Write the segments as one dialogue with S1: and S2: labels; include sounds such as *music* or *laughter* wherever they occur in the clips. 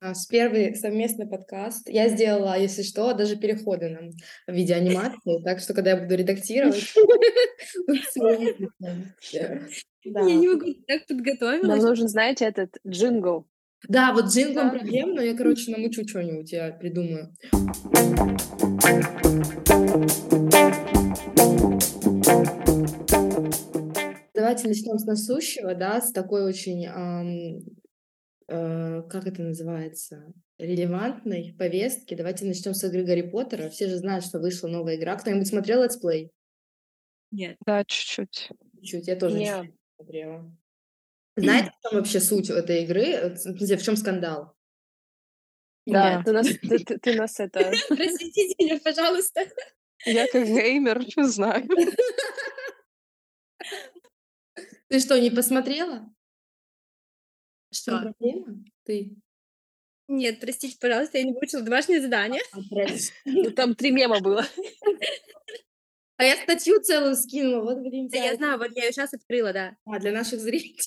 S1: нас А, первый совместный подкаст. Я сделала, если что, даже переходы нам в виде *laughs* анимации, так что, когда я буду *laughs* редактировать, вы всё увидите.
S2: Да.
S3: Я не могу так
S2: Нам
S3: подготовилась.
S2: нужен, знаете, этот джингл.
S1: Да, вот с джинглом
S3: Да.
S1: проблем, но я, *laughs* короче, намучу что-нибудь, я придумаю. Давайте начнем с насущего, да, с такой очень, ам, э, как это называется, релевантной повестки. Давайте начнем с игры Гарри Поттера. Все же знают, что вышла новая игра. Кто-нибудь смотрел летсплей?
S3: Нет.
S2: Да, чуть-чуть.
S1: Чуть, я тоже
S2: Не.
S1: чуть-чуть смотрела. Знаете, в чем вообще суть этой игры? Э, в смысле, В чем скандал?
S2: Да, ты нас, ты, ты- ты нас это...
S3: *laughs* Простите меня, пожалуйста.
S2: Я как геймер знаю.
S1: Ты что, не посмотрела? Что?
S3: Что?
S1: Проблема? Ты.
S3: Нет, простите, пожалуйста, я не выучила домашнее задание.
S2: Ну, Там три мема было.
S1: А я статью целую скинула, вот блин.
S3: Да, я знаю, вот я ее сейчас открыла, да.
S1: А, для наших зрителей,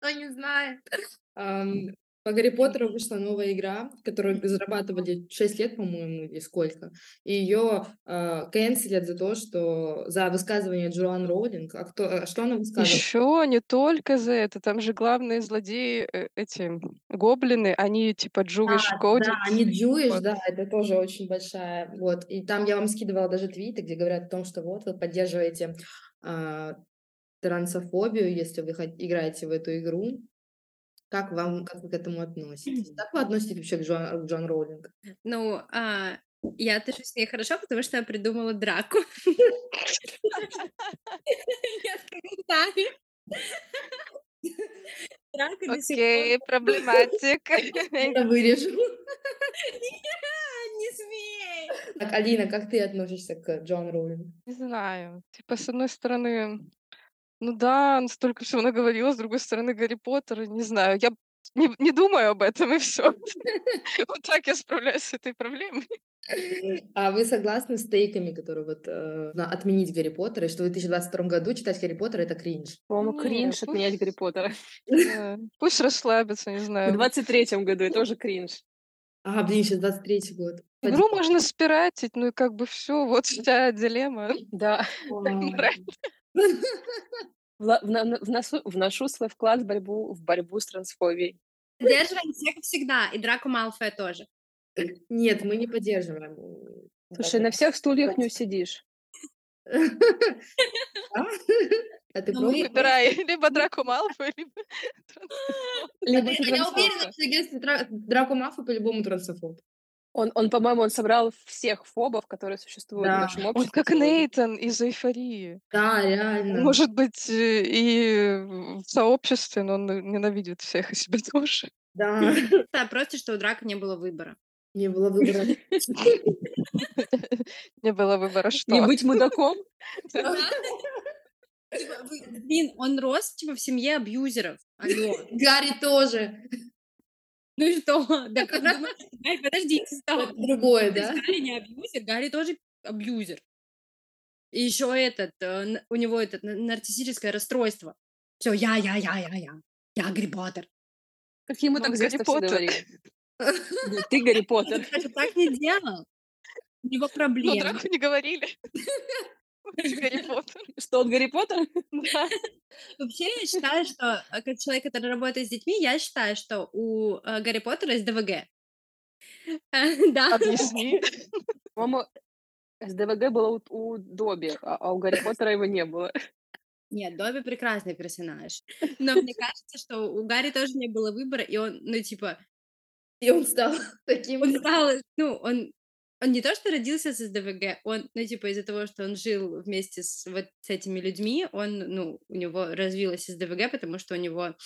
S1: кто не знает. Ам, По Гарри Поттеру вышла новая игра, которую разрабатывали 6 лет, по-моему, или сколько. И ее канцелят за то, что за высказывание Джоан Роулинг. А кто, а что она высказывала?
S4: Еще не только за это, там же главные злодеи, э, эти м, гоблины, они
S3: А,
S4: типа Джугиш Коди.
S1: Да, они Jewish,
S4: Вот.
S1: да, это тоже очень большая. Вот. И там я вам скидывала даже твиты, где говорят о том, что вот вы поддерживаете а, трансофобию, если вы хот- играете в эту игру. Как вам, как вы к этому относитесь? Как вы относитесь вообще к Джон, к Джон Роулинг?
S3: Ну, а, я отношусь к ней хорошо, потому что я придумала драку. Я в комментарии. Драка до сих пор.
S4: Окей,
S3: *laughs*
S4: проблематика. *laughs* Э,
S1: Я вырежу.
S3: А, *laughs* Не смей!
S1: Так, Алина, как ты относишься к Джон Роулинг?
S4: Не знаю. Типа, с одной стороны, ну да, он столько всего наговорил, с другой стороны, Гарри Поттер, не знаю. Я не, не думаю об этом, и все. *laughs* Вот так я справляюсь с этой
S3: *laughs*
S4: проблемой.
S1: А вы согласны с тейками, которые вот э, на- отменить Гарри Поттера, и что в 2022 году читать Гарри Поттера это кринж?
S2: По-моему,
S4: Не,
S2: кринж отменять Гарри Поттера.
S4: Да. Пусть расслабится, не
S2: В
S4: знаю.
S2: 23-м году это тоже кринж.
S1: А, блин, сейчас 23 год.
S4: Игру можно спиратить, ну и как бы
S3: *laughs*
S4: все, вот вся
S3: Ну
S4: дилемма.
S2: Да.
S1: Ам.
S2: Вла- вна- на- вносу- Вношу свой вклад в борьбу, в борьбу с трансфобией.
S3: Поддерживаем всех и всегда, и драку Малфоя тоже.
S1: Э, Нет, мы не поддерживаем. м,
S2: Слушай,
S1: такой.
S2: на всех стульях не усидишь.
S1: *laughs* А? А ты
S3: Но мы
S1: пробовала?
S4: Выбирай *laughs*
S3: ну
S4: либо Драку Малфой, либо...
S3: А
S2: Либо
S3: ты-
S2: ты
S3: а я
S2: трансфоб.
S3: уверена,
S1: что если Дра- Драко Малфой по-любому трансофоб.
S2: Он, он, по-моему, он собрал всех фобов, которые существуют
S1: Да.
S2: в нашем
S4: Он
S2: обществе.
S4: как
S2: сегодня.
S4: Нейтан из «Эйфории».
S1: Да, реально.
S4: Может быть, э, и в сообществе, но он ненавидит всех и себя *laughs* тоже.
S1: Да,
S3: Да, просто, что у драка не было выбора.
S1: *laughs* не было выбора.
S4: Не было выбора,
S2: Не
S4: *laughs* что.
S2: быть мудаком.
S3: Типа, вы- Блин, он рос, типа, в семье абьюзеров. Алло.
S1: *laughs*
S3: *laughs*
S1: Гарри тоже.
S3: Ну и что? Да как думаешь, Гарри, подождите, стоп.
S1: Это Другое,
S3: То есть
S1: *laughs* да?
S3: Гарри не абьюзер, Гарри тоже абьюзер. И еще этот, э, н- у него этот н- нарциссическое расстройство. Все, я, я, я, я, я. Я Гарри Поттер.
S2: Как ему
S4: Ну,
S2: так
S4: Гарри
S2: известно все
S4: Поттер.
S2: говорили. Да, Ты Гарри
S3: Он
S2: Поттер.
S3: даже так не делал. У него
S4: Но
S3: проблемы.
S4: Драку не говорили. *laughs* Гарри Поттер.
S2: Что, он Гарри Поттер?
S4: Да.
S3: Вообще, я считаю, что э, как человек, который работает с детьми, я считаю, что у э, Гарри Поттера есть ДВГ. *laughs* Э, Да.
S4: Объясни.
S2: По-моему, СДВГ было у, у Добби, а, а у Гарри Поттера его не было. *laughs*
S3: Нет, Добби прекрасный персонаж. Но мне кажется, что у Гарри тоже не было выбора, и он, ну, типа,
S1: И он стал *laughs* таким.
S3: он стал, ну, он, он не то, что родился с СДВГ, он, ну, типа, из-за того, что он жил вместе с вот с этими людьми, он, ну, у него развилось СДВГ, потому что у него,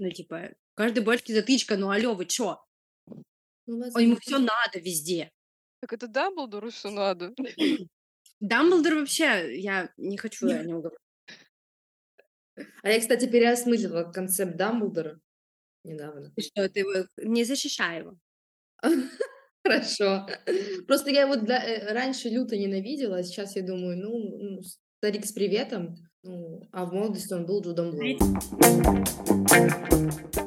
S3: ну, типа, в каждой бочке затычка, ну, алё, вы чё?
S1: Ну,
S3: Он-
S1: возможно.
S3: Ему все надо везде.
S4: *laughs* Так это Дамблдору все надо.
S3: Дамблдор вообще, я не хочу о нем говорить.
S1: А я, кстати, переосмыслила концепт Дамблдора недавно.
S3: Ты Что ты его не защищай его.
S1: Хорошо. Просто я его для- э, раньше люто ненавидела, а сейчас я думаю, ну, ну, старик с приветом. Ну, а в молодости он был Джудом Лоу.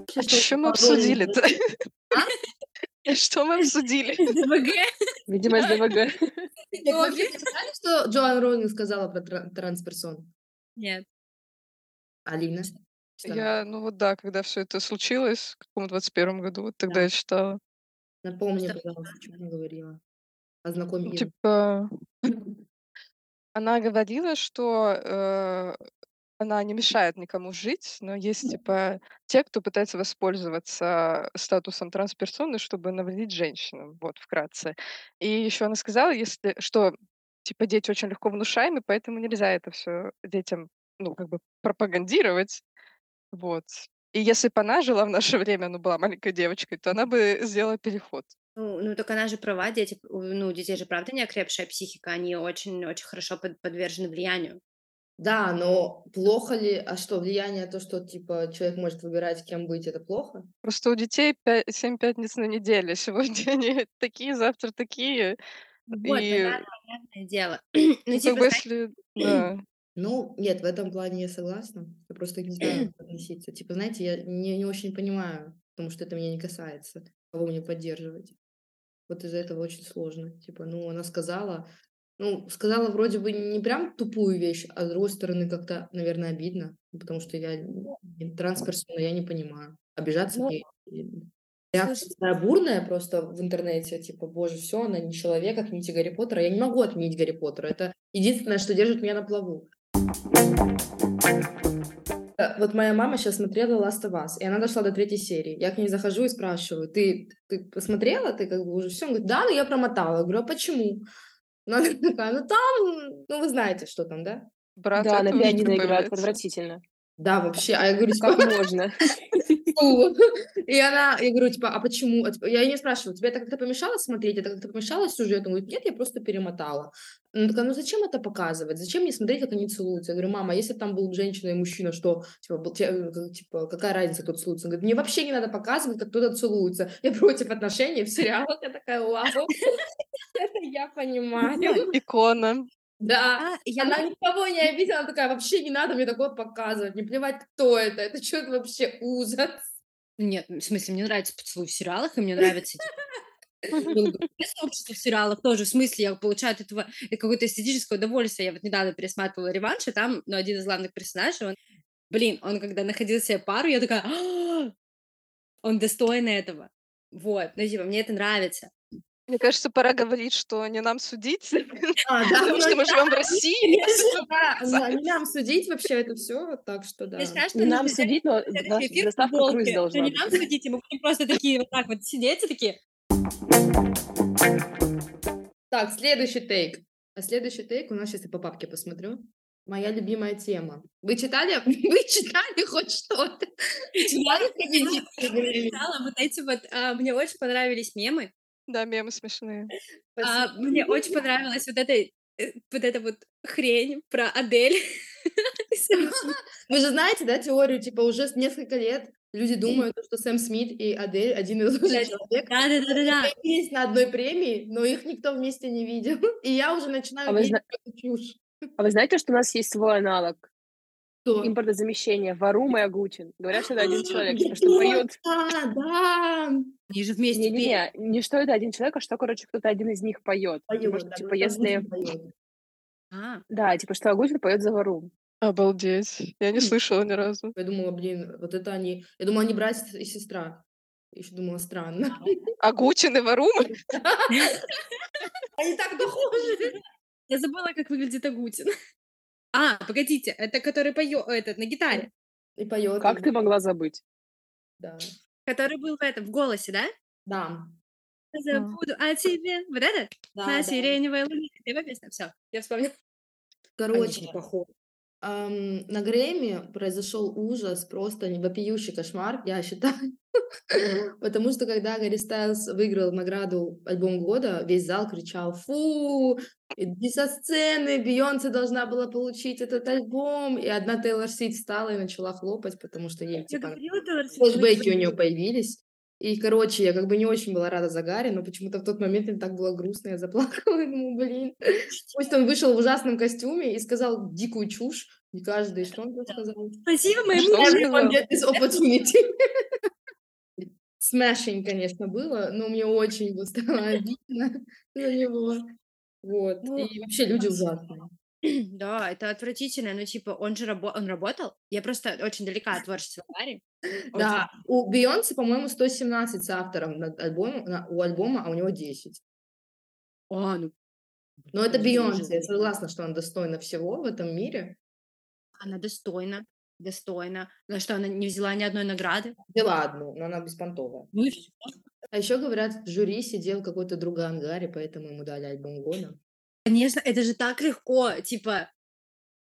S4: Что мы обсудили-то? *laughs* Что мы
S3: *laughs*
S4: обсудили?
S3: СДВГ.
S2: Видимо, СДВГ.
S1: Вы вообще знали, что Джоан Роулинг сказала про тра- трансперсон?
S3: Нет.
S1: Алина? Что она-
S4: Я, ну вот да, когда все это случилось, в каком 21 году, вот тогда я читала.
S1: Напомни,
S3: Что?
S1: пожалуйста, о чем она говорила.
S4: Ну,
S1: Ознакомь Иру.
S4: Типа, *laughs* она говорила, что э, она не мешает никому жить, но есть, типа, те, кто пытается воспользоваться э, статусом трансперсоны, чтобы навредить женщинам, вот, вкратце. И еще она сказала, если, что, типа, дети очень легко внушаемы, поэтому нельзя это все детям, ну, как бы пропагандировать, вот. И если бы она жила в наше *laughs* время, ну, была маленькой девочкой, то она бы сделала переход.
S3: Ну, ну, так она же права, дети, у- ну, у детей же правда неокрепшая психика, они очень-очень хорошо под- подвержены влиянию.
S1: Да, но плохо ли, а что, влияние то, что, типа, человек может выбирать, кем быть, это плохо?
S4: Просто у детей 7 пятниц на неделе. *laughs* Сегодня они такие, завтра такие.
S3: Вот,
S4: И-
S3: наверное, понятное дело. *clears throat* Ну, типа,
S4: Ну, как бы,
S3: знаешь, *clears throat*
S4: если... да.
S1: Ну, нет, в этом плане я согласна. Я просто не знаю,
S3: *clears throat*
S1: как относиться. Типа, знаете, я не, не очень понимаю, потому что это меня не касается, кого мне поддерживать. Вот из-за этого очень сложно. Типа, ну, она сказала, ну, сказала вроде бы не прям тупую вещь, а с другой стороны как-то, наверное, обидно, ну, потому что я не- трансперсона, я не понимаю. Обижаться
S3: Ну,
S1: мне... Реакция
S3: слушай,
S1: такая бурная просто в интернете, типа, боже, все, она не человек, отмените Гарри Поттера. Я не могу отменить Гарри Поттера. Это единственное, что держит меня на плаву. Э, Вот моя мама сейчас смотрела Last of Us, и она дошла до третьей серии. Я к ней захожу и спрашиваю, ты, ты посмотрела, ты как бы уже все? Она говорит, да, но я промотала. Я говорю, а почему? Ну, Она *laughs* такая, ну там, ну вы знаете, что там, да?
S2: *laughs*
S4: Брат
S2: Да, на
S4: этого жутко
S2: пианино играют
S4: появляется.
S2: отвратительно. *laughs*
S1: Да, вообще. А я говорю, типа,
S2: Как можно? *laughs*
S1: «Фу». *laughs* И она, я говорю, типа, а почему? А типа, Я ее не спрашиваю, тебе это как-то помешало смотреть, это как-то помешало сюжету? Она говорит, нет, я просто перемотала. Она такая, ну зачем это показывать? Зачем мне смотреть, как они целуются? Я говорю, мама, если бы там был женщина и мужчина, что, типа, был те- э, как- типа, какая разница, кто целуется? Она говорит, мне вообще не надо показывать, как кто-то целуется. Я против отношений в сериалах. Я такая, вау, *laughs* это я понимаю.
S4: Икона.
S1: *laughs* Да.
S3: а, я
S1: Она никого не обидела, она такая, вообще не надо мне такое показывать, не плевать, кто это, это что-то вообще ужас.
S3: Нет, в смысле, мне нравится поцелуй в сериалах,
S2: *laughs*
S3: и мне нравится сообщество в сериалах тоже. В смысле, я получаю от этого э, какое-то эстетическое удовольствие. Я вот недавно пересматривала реванш, и там ну, один из главных персонажей, он, блин, он когда находил себе пару, я такая, «А, он достоин этого. Вот, ну, типа, мне это нравится.
S4: Мне кажется, пора говорить, что не
S3: *laughs*
S4: нам судить, *laughs*
S1: *laughs* А, да,
S3: ну
S4: потому что мы живем в России.
S1: Да, на- не нам судить вообще это все, так что да.
S3: Мне кажется,
S2: Не
S3: нужно
S2: Ну, нам
S3: взять
S2: судить, но
S3: следующий
S2: нас-
S3: эфир в
S2: доставка
S3: футболке.
S2: круиз
S3: Ну,
S2: должна
S3: не
S2: быть.
S3: нам судите, мы будем просто такие вот так вот сидеть и такие,
S1: Так, следующий тейк. А следующий тейк у нас сейчас я по папке посмотрю. Моя любимая тема. Вы читали? *laughs* Вы читали хоть что-то? Читали феминистки, блин?
S3: «Сначала вот эти вот, а, мне очень понравились мемы,
S4: *laughs* Да, мемы смешные.
S3: А,
S1: Спасибо.
S3: мне очень понравилась вот эта, э, вот эта вот хрень про Адель. *laughs*
S1: Вы же знаете, да, теорию, типа уже с- несколько лет люди думают, что Сэм Смит и Адель один и тот же
S3: Да,
S1: человек.
S3: Да-да-да-да.
S1: Они есть на одной премии, но их никто вместе не видел. И я уже начинаю
S2: А вы
S1: верить
S2: зна-
S1: в эту чушь.
S2: А вы знаете, что у нас есть свой аналог?
S1: Что?
S2: Импортозамещение. Варум и Агутин. Говорят, что это один человек,
S1: Я
S2: потому что поют.
S1: А, да.
S3: Они же вместе пели.
S2: Не-не-не, не что это один человек, а что, короче, кто-то один из них поет. Потому
S1: Поёт,
S2: что,
S1: да,
S2: типа,
S1: вот
S2: если...
S1: Агутин поёт.
S3: А,
S2: Да, типа, что Агутин поет за Варум.
S4: Обалдеть. Я не слышала ни разу.
S1: Я думала, блин, вот это они... Я думала, они братья и сестра. Еще думала, странно.
S4: Агутин
S3: *laughs*
S4: и Варум.
S1: *laughs* Они так похожи.
S3: Я забыла, как выглядит Агутин. *laughs* А, погодите, это который поет, этот, на гитаре.
S1: И поет.
S2: Как ты могла забыть?
S1: Да.
S3: Который был в этом, в голосе, да?
S1: Да.
S3: Забуду о тебе. Вот это?
S1: А. Да,
S3: На
S1: да.
S3: сиреневой луне. Его песня, все, я вспомнила.
S1: Короче,
S3: похожи.
S1: ам, на Грэмми произошел ужас, просто не- вопиющий кошмар, я считаю. *laughs* Потому что когда Гарри Стайлз выиграл награду альбом года, весь зал кричал «Фу! Иди со сцены! Бейонсе должна была получить этот альбом!» И одна Тейлор Сит встала и начала хлопать, потому что ей
S3: Я
S1: типа
S3: говорила, Тейлор Свифт,
S1: флешбеки у
S3: вы-
S1: нее появились. И, короче, я как бы не очень была рада за Гарри, но почему-то в тот момент мне так было грустно, я заплакала, *laughs* я думаю, блин. Пусть он вышел в ужасном костюме и сказал дикую чушь, не каждый, что он там сказал.
S3: Спасибо моему
S4: Что он
S3: мужу.
S1: *laughs*
S4: сказал?
S1: Everyone get this opportunity. Смешинг, конечно, было, но мне очень бы стало обидно *laughs* за него. Вот.
S3: Ну,
S1: И вообще люди ужасные.
S3: Да, это отвратительно, но типа он же рабо- он работал. Я просто очень далека от творчества Ларри.
S1: Да, у Бейонсе, по-моему, 117 с автором над альбомом, на- у альбома, а у него 10.
S3: А, ну,
S1: Но это
S3: Это ужас.
S1: Бейонсе, я согласна, что она достойна всего в этом мире.
S3: она достойна, достойна. За что она не взяла ни одной награды?
S1: Взяла одну, но она беспонтовая.
S3: Ну и всё.
S1: А еще говорят, в жюри сидел какой-то друган Гарри, поэтому ему дали альбом года.
S3: Конечно, это же так легко, типа,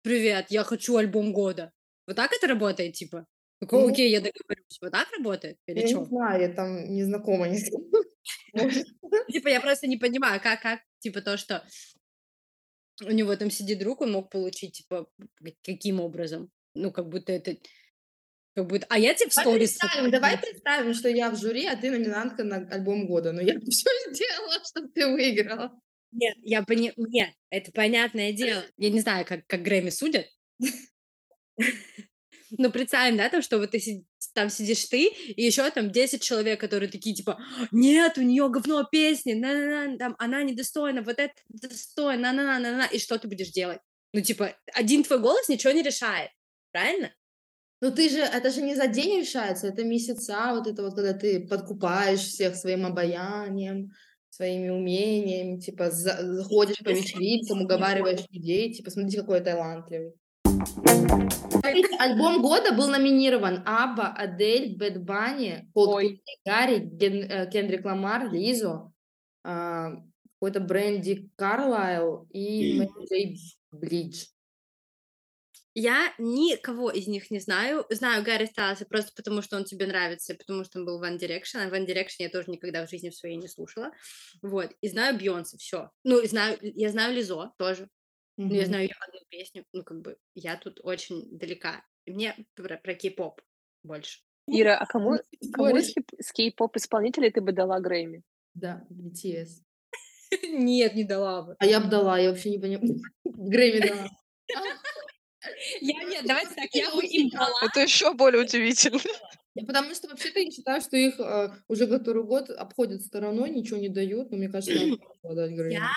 S3: привет, я хочу альбом года. Вот так это работает, типа? Такой,
S1: Ну.
S3: окей, я договорюсь. Вот так работает? Или
S1: я
S3: что?
S1: не знаю, я там не знакома ни с кем. *laughs* Может,
S3: Типа, я просто не понимаю, как, как, типа, то, что у него там сидит друг, он мог получить, типа, к- каким образом? Ну, как будто это... Как будто... А я тебе в
S1: Давай
S3: сторис...
S1: представим, давай представим, что я в жюри, а ты номинантка на альбом года. Но я *laughs* все сделала, чтобы ты выиграла.
S3: Нет, я пони... Нет, это понятное дело. Я не знаю, как, как Грэмми судят. Но представим, да, там, что вот ты си- там сидишь ты, и еще там 10 человек, которые такие, типа, нет, у нее говно песни, на там, она недостойна, вот это достойна, на на на на и что ты будешь делать? Ну, типа, один твой голос ничего не решает, правильно?
S1: Ну ты же, это же не за день решается, это месяца, вот это вот, когда ты подкупаешь всех своим обаянием, своими умениями, типа за- ходишь по вечеринкам, уговариваешь людей, типа смотрите, какой я талантливый. Смотрите, Альбом года был номинирован Абба, Адель, Бэд Банни, Coldplay,
S2: Ой,
S1: Гарри, Ген- э, Кендрик Ламар, Лизо, а, какой-то Бренди Карлайл и Мэри Джей Блидж.
S3: Я никого из них не знаю. Знаю Гарри Стайлса просто потому, что он тебе нравится, и потому что он был в One Direction. А One Direction я тоже никогда в жизни в своей не слушала. Вот. И знаю Бьонса, все. Ну, и знаю, я знаю Лизо тоже. Ну, я
S1: Мгм.
S3: знаю ее одну песню. Ну, как бы, я тут очень далека. И Мне про, про кей-поп больше.
S2: Ира, а кому, кому
S1: Борис.
S2: из кей- с кей-поп исполнителей ты бы дала Грэмми?
S1: Да, BTS.
S3: *laughs* Нет, не дала бы.
S1: А я бы дала, я вообще не понимаю. *laughs* Грэмми дала.
S3: Я нет, давайте так, я бы
S1: бы
S3: им дала.
S4: Это еще
S3: *laughs*
S4: более удивительно.
S1: Я Потому что вообще-то я считаю, что их э, уже который год обходят стороной, ничего не дают, но мне кажется, *clears throat* надо было дать Грэмми.
S3: Я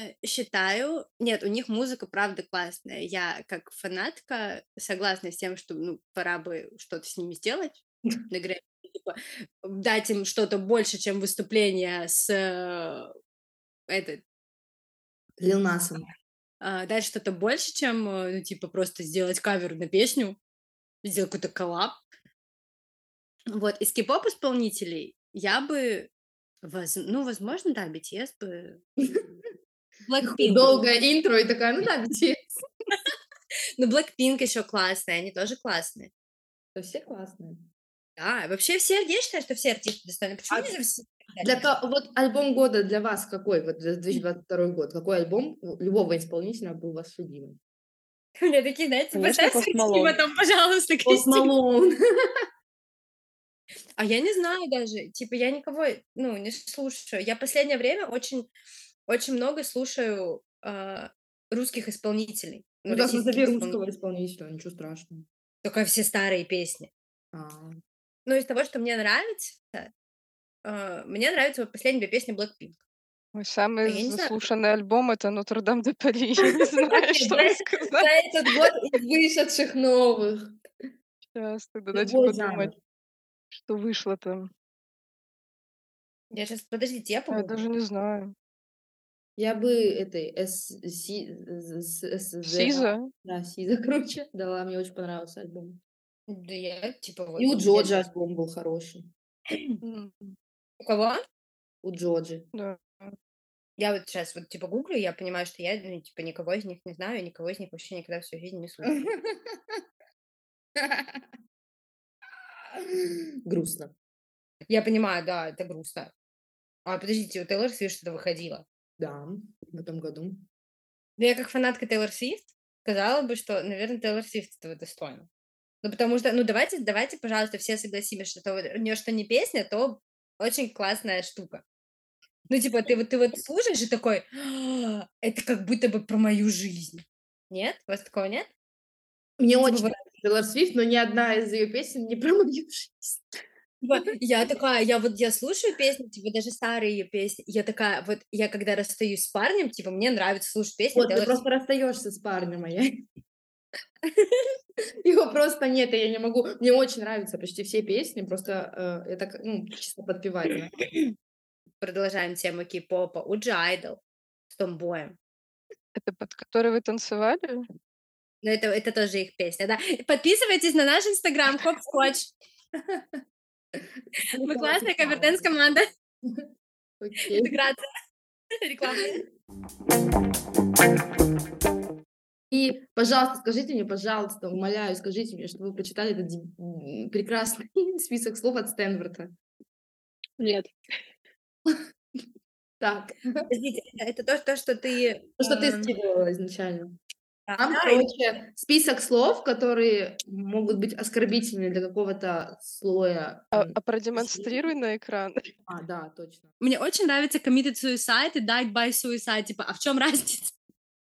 S3: э, считаю, нет, у них музыка правда классная. Я как фанатка согласна с тем, что ну, пора бы что-то с ними сделать на Грэмми, типа, дать им что-то больше, чем выступление с э, этот,
S1: Лил Насом.
S3: а, дать что-то больше, чем э, ну, типа просто сделать кавер на песню, сделать какой-то коллаб. Вот, из кей-поп исполнителей я бы, воз- ну, возможно, да, BTS бы... э, Blackpink.
S1: Долгое интро и такая, ну да, BTS.
S3: *laughs* Ну, Blackpink еще классные, они тоже классные.
S1: Да Все классные.
S3: Да, вообще все, я считаю, что все артисты достойны. Почему
S1: А
S3: нельзя все?
S1: Для ко- вот альбом года для вас какой? Вот за 2022 год. Какой альбом у любого исполнителя был ваш любимый?
S3: *laughs* У меня такие, знаете,
S2: Конечно,
S3: поставь
S2: Post
S3: Кристина
S2: Malone.
S3: там, пожалуйста, Кристина.
S1: Малон.
S3: *laughs* А я не знаю даже, типа, я никого, ну, не слушаю. Я последнее время очень, очень много слушаю э, русских исполнителей.
S1: Ну так,
S3: российских
S1: назови
S3: исполнителей.
S1: русского исполнителя, ничего страшного.
S3: Только все старые песни.
S1: А,
S3: Ну, из того, что мне нравится, э, мне нравится вот последняя песня Blackpink. А я
S4: Мой
S3: не
S4: самый
S3: знаю.
S4: заслушанный альбом это Нотр-Дам де
S3: *laughs*
S4: Пари. *laughs* Я не знаю, что
S3: да,
S4: вам
S3: это-
S4: сказать.
S1: *laughs*
S3: За этот год
S1: из вышедших новых.
S4: Сейчас, Э, тогда дайте
S1: Любой жанр.
S4: подумать, что вышло там.
S3: Я сейчас,
S1: А,
S3: подождите, я
S4: Я
S3: погуглю.
S4: даже не знаю.
S1: Я бы этой С- Си- З- С- С- З-
S4: Сиза?
S1: *laughs* Да, Сиза, короче, дала, мне очень понравился альбом.
S3: Да я, типа, вот...
S1: И у
S3: я-
S1: Джоджи альбом был хороший.
S4: М,
S3: У кого?
S1: У
S3: *gasps*
S1: Джоджи.
S4: Да.
S3: Я вот сейчас вот, типа, гуглю, я понимаю, что я, ну, типа, никого из них не знаю, и никого из них вообще никогда всю жизнь не слушаю.
S1: Грустно.
S3: Я понимаю, да, это грустно. А, подождите, у Тейлор Свифт что-то выходило.
S1: Да, в этом году.
S3: Но я как фанатка Тейлор Свифт сказала бы, что, наверное, Тейлор Свифт этого достойна. Ну, потому что, ну, давайте, давайте, пожалуйста, все согласимся, что у нее что не песня, то очень классная штука. Ну, типа, ты вот, ты вот слушаешь и такой, «А, это как будто бы про мою жизнь. Нет? У вас такого нет?
S1: Мне
S3: Типа
S1: очень *laughs*
S3: вот-
S1: нравится Тейлор Свифт, но ни одна из ее песен не про мою жизнь.
S3: Типа,
S1: *laughs*
S3: Я такая, я вот я слушаю песни, типа даже старые её песни, я такая, вот я когда расстаюсь с парнем, типа мне нравится слушать песни.
S1: Вот, ты
S3: Тейлор
S1: просто расстаешься с парнем, а я... *laughs* Его просто нет, и я не могу. Мне очень нравятся почти все песни, просто э, это как, ну, чисто
S3: *laughs*
S1: подпевательно.
S3: Свифт. Продолжаем тему кей-попа. У Айдол с Томбоем.
S4: Это под которой вы танцевали?
S3: Но Ну, это, это тоже их песня, да. Подписывайтесь на наш инстаграм Хоп-Скотч. Мы Ну, классная каверденс
S1: *laughs*
S3: команда.
S1: Окей.
S3: Интеграция. Реклама.
S1: И, пожалуйста, скажите мне, пожалуйста, умоляю, скажите мне, что вы прочитали этот деб- м, прекрасный *laughs* список слов от Стэнфорда.
S2: Нет.
S1: Так,
S3: Подождите, это то, то, что ты...
S1: то, что ты
S3: эм,
S1: скидывала изначально.
S3: да,
S1: Там,
S3: да, и-
S1: короче, список слов, которые могут быть оскорбительны для какого-то слоя.
S4: А,
S1: м,
S4: а продемонстрируй на экран. *laughs*
S1: А, да, точно.
S3: Мне очень нравится committed suicide и died by suicide. Типа, а в чем разница? *laughs*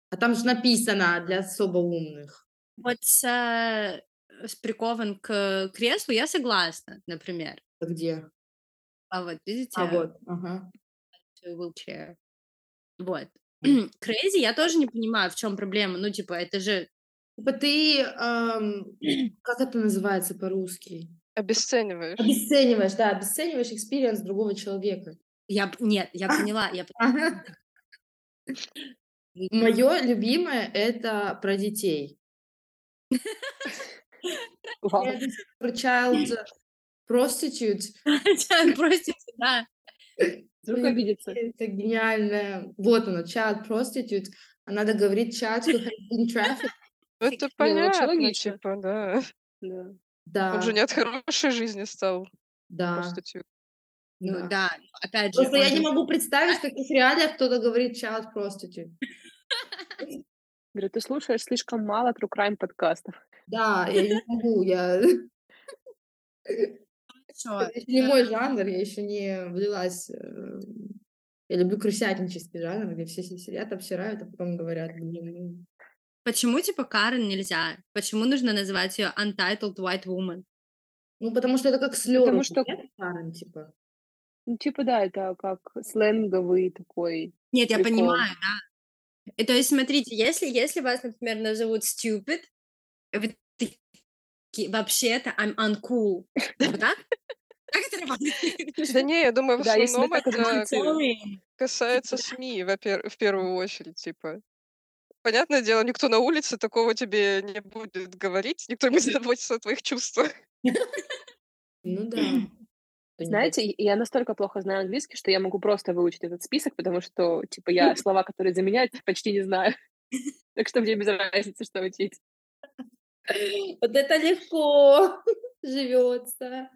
S1: А там же написано для особо умных.
S3: Вот с, э, с прикован к креслу я согласна, например.
S1: А Где?
S3: А вот, видите?
S1: А вот, ага.
S3: to wheelchair. Вот. *clears throat* Crazy, я тоже не понимаю, в чем проблема. Ну, типа, это же...
S1: Типа ты, эм, *clears throat* как это называется по-русски?
S4: Обесцениваешь.
S1: Обесцениваешь, да, обесцениваешь экспириенс другого человека.
S3: Я... п- Нет, я
S1: А.
S3: поняла. Я... п-
S1: Мое любимое это про детей.
S2: Вау.
S1: Я здесь Про child prostitute.
S3: *laughs* Простите, да.
S2: Вдруг обидится.
S1: Это гениальное. Вот оно, child prostitute. А надо говорить child who has been trafficked.
S4: Ну, Это
S2: вообще
S4: понятно,
S2: логично.
S4: типа, да. *laughs*
S2: Да.
S1: Да,
S4: Он же не от хорошей жизни стал
S1: да,
S4: проститутом.
S3: Ну,
S1: да.
S3: да. Опять же...
S1: Просто
S3: он
S1: я не
S3: же-
S1: могу представить, в каких реалиях кто-то говорит child prostitute.
S2: Говорю, ты слушаешь слишком мало True Crime подкастов.
S1: Да, я не могу, я... *laughs*
S3: Хорошо.
S1: Это еще не мой жанр, я еще не влилась. э, Я люблю крысятнический жанр, где все си- сидят, обсирают, а потом говорят, блин, ну,
S3: Почему, типа, Карен нельзя? Почему нужно называть ее untitled white woman?
S1: Ну, потому что это как слёр.
S2: Потому что-
S1: типа.
S2: Ну, типа, да, это как сленговый такой.
S3: Нет, я
S2: Прикол.
S3: понимаю, да. И то есть, смотрите, если, если вас, например, назовут stupid, вы такие, вообще-то I'm uncool. Вот так? Как это работает?
S4: Да не, я думаю, в
S2: Да, если
S4: основном
S2: так
S4: это
S2: озвучивать.
S4: касается СМИ, во-пер- в первую очередь, типа. Понятное дело, никто на улице такого тебе не будет говорить, никто не *laughs* заботится о твоих чувствах.
S1: Ну да.
S2: Знаете, и- я настолько плохо знаю английский, что я могу просто выучить этот список, потому что, типа,
S4: *laughs*
S2: я слова, которые заменяют, почти не знаю. Так что мне без разницы, что учить.
S1: Вот это легко живется.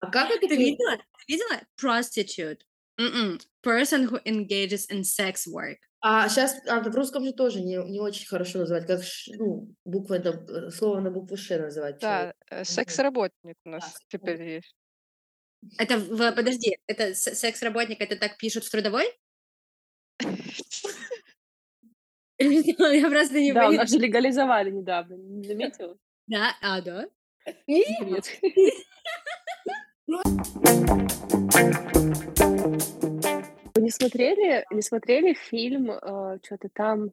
S1: А как это
S3: Ты
S1: при-
S3: видела? Ты видела? Prostitute. Мгм. Person who engages in sex work.
S1: А сейчас а, в русском же тоже не, не очень хорошо называть, как ш- ну, буква на- э, слово на букву Ш называть.
S4: Да,
S1: человека.
S4: э, секс-работник
S1: Да,
S4: у нас теперь есть.
S3: Это, в- подожди, это с- секс-работник, это так пишут в трудовой? *laughs* Или что? Я просто не
S2: Да, у
S3: понимаю.
S2: нас же легализовали недавно. Не заметила?
S3: Да, а, да.
S2: Нет. Вы не смотрели, не смотрели фильм э, что-то там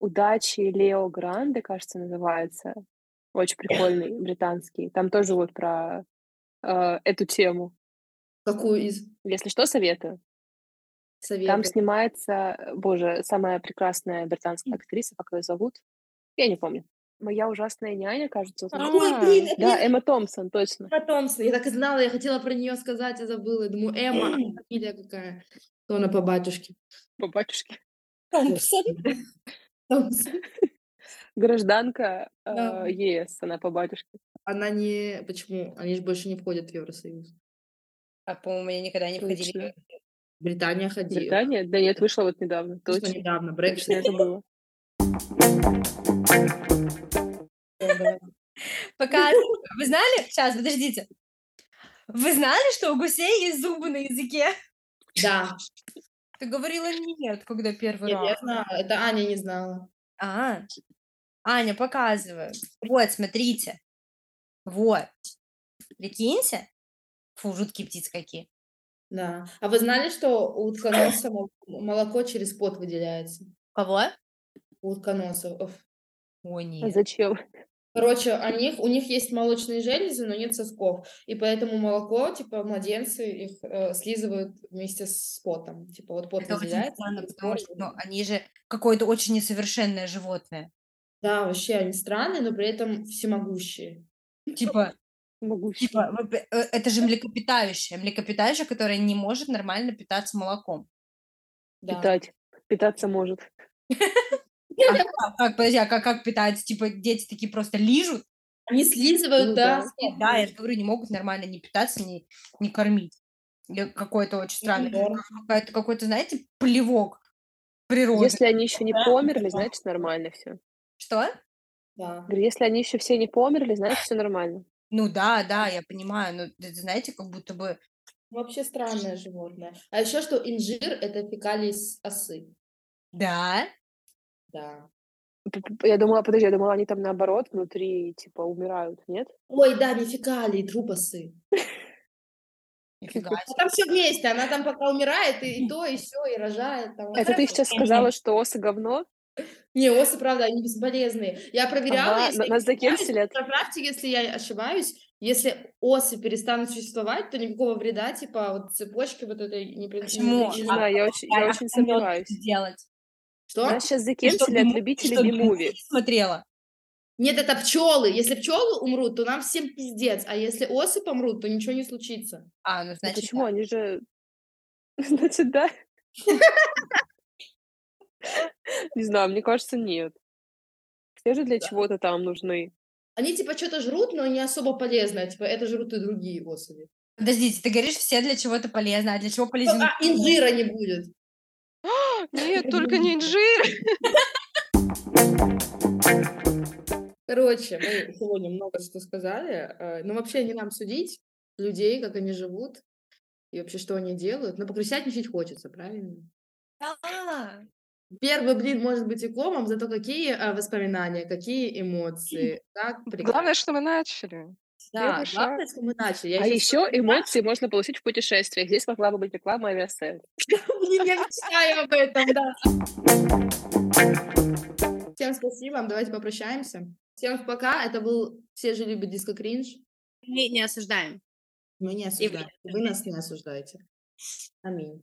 S2: «Удачи Лео Гранде», кажется, называется? Очень прикольный, британский. Там тоже вот про э, эту тему.
S1: Какую из
S2: Если что, советую. Там
S1: советов?
S2: снимается, э, боже, самая прекрасная британская актриса, как ее зовут? Я не помню. «Моя ужасная няня», кажется. вот она.
S1: Ой,
S4: А,
S1: блин, это
S2: Да, Эмма Томпсон, точно.
S1: Эмма Томпсон. Я так и знала, я хотела про нее сказать, я забыла. Я думаю, Эмма, а фамилия какая? То она по батюшке.
S2: По батюшке.
S3: Томпсон.
S1: Томпсон.
S2: Гражданка э,
S1: Да.
S2: ЕС, она по батюшке.
S1: Она не... Почему? Они же больше не входят в Евросоюз.
S3: А, по-моему, меня никогда не входили.
S2: Точно.
S1: Британия ходила.
S2: Британия? Да нет, вышла вот недавно.
S1: Слышно
S2: Точно.
S1: недавно
S2: Точно,
S1: Brexit.
S2: это было.
S3: Пока... *laughs* Вы знали? Сейчас, подождите. Вы знали, что у гусей есть зубы на языке?
S1: Да,
S3: Ты говорила нет, когда первый
S1: нет,
S3: раз.
S1: я знала. Это Аня не знала.
S3: А, Аня, показываю. Вот, смотрите. Вот. Прикиньте. Фу, жуткие птицы какие.
S1: Да. А вы знали, что у утконоса мол- молоко через пот выделяется?
S3: Кого?
S1: У утконосов. Оф.
S3: Ой,
S2: А
S3: нет.
S2: зачем? *laughs*
S1: Короче, у них, у них есть молочные железы, но нет сосков. И поэтому молоко, типа, младенцы их э, слизывают вместе с потом. Типа, вот пот
S3: Это очень
S1: выделяется.
S3: странно,
S1: и
S3: потому
S1: кровь.
S3: что ну, они же какое-то очень несовершенное животное.
S1: Да, вообще они странные, но при этом всемогущие.
S2: *laughs*
S3: Типа,
S2: Могущий.
S3: типа, вы пе- э, это же млекопитающее. Млекопитающее, которое не может нормально питаться молоком.
S1: Да.
S2: Питать. Питаться может.
S3: А как, подожди, а как, как питаются? Типа, дети такие просто лижут?
S1: Они слизывают,
S2: Ну
S1: да.
S2: да.
S1: слизывают.
S3: Да, я же говорю, не могут нормально не питаться, не, не кормить. Я- Какое-то очень странное.
S1: Норм.
S3: Какой-то, какой-то, знаете, плевок природы.
S2: Если они еще не померли, значит нормально все.
S3: Что?
S1: Да.
S2: Говорю, если они еще все не померли, значит все нормально.
S3: Ну да, да, я понимаю, но д- знаете, как будто бы...
S1: Вообще странное животное. А еще что инжир это фекалии с осы.
S2: *laughs*
S3: Да?
S1: Да.
S2: П- п- Я думала, подожди, я думала, они там наоборот внутри типа умирают, нет?
S1: Ой, да, не фекалии, труп осы.
S3: Нифига
S1: А там все вместе, она там пока умирает, и, и то, и все, и рожает. Там.
S2: А Это ты сейчас сказала, что осы говно?
S1: Не, осы, правда, они бесполезные. Я проверяла,
S2: Ага,
S1: если
S2: на-
S1: я
S2: нас
S1: не ошибаюсь,
S2: закенселят.
S1: поправьте, если я ошибаюсь, если осы перестанут существовать, то никакого вреда, типа, вот цепочки вот этой не пред- не
S3: Почему?
S2: Не
S1: причинят.
S3: А-
S2: знаю, я очень, я
S3: а
S2: очень
S3: что мёд
S2: сомневаюсь.
S3: делать.
S1: Что?
S2: Нас сейчас
S3: И чтоб
S2: закенсили от
S3: бему-
S2: любителей
S3: чтоб
S2: бимуви.
S3: Смотрела.
S1: Нет, это пчелы. Если пчелы умрут, то нам всем пиздец. А если осы помрут, то ничего не случится.
S3: А, ну
S2: Ну
S3: значит...
S2: Почему? Они же... *laughs* Значит, да? Не знаю, мне кажется, нет. Все же для чего-то там нужны.
S1: Они типа что-то жрут, но не особо полезное. Типа это жрут и другие особи.
S3: Подождите, ты говоришь, все для чего-то полезно, а для чего полезен?
S1: А инжира не будет.
S4: Нет, только не инжир.
S1: Короче, мы сегодня много что сказали. э, Но вообще не нам судить людей, как они живут и вообще что они делают. Но покрысятничать хочется, правильно?
S3: Да.
S1: Первый блин может быть и комом, зато какие э, воспоминания, какие эмоции. Как прекрасно.
S4: Главное, что мы начали.
S1: Да,
S4: первый шаг.
S1: главное, что мы начали. Я
S2: А
S1: ещё
S2: еще эмоции можно получить в путешествиях. Здесь могла бы быть реклама авиасейл.
S1: *laughs* Блин, я мечтаю об этом, да. Всем спасибо, давайте попрощаемся. Всем пока, это был «Все же любят диско кринж».
S5: Мы не осуждаем.
S1: Мы не
S5: И вы.
S1: осуждаем, вы нас не осуждаете. Аминь.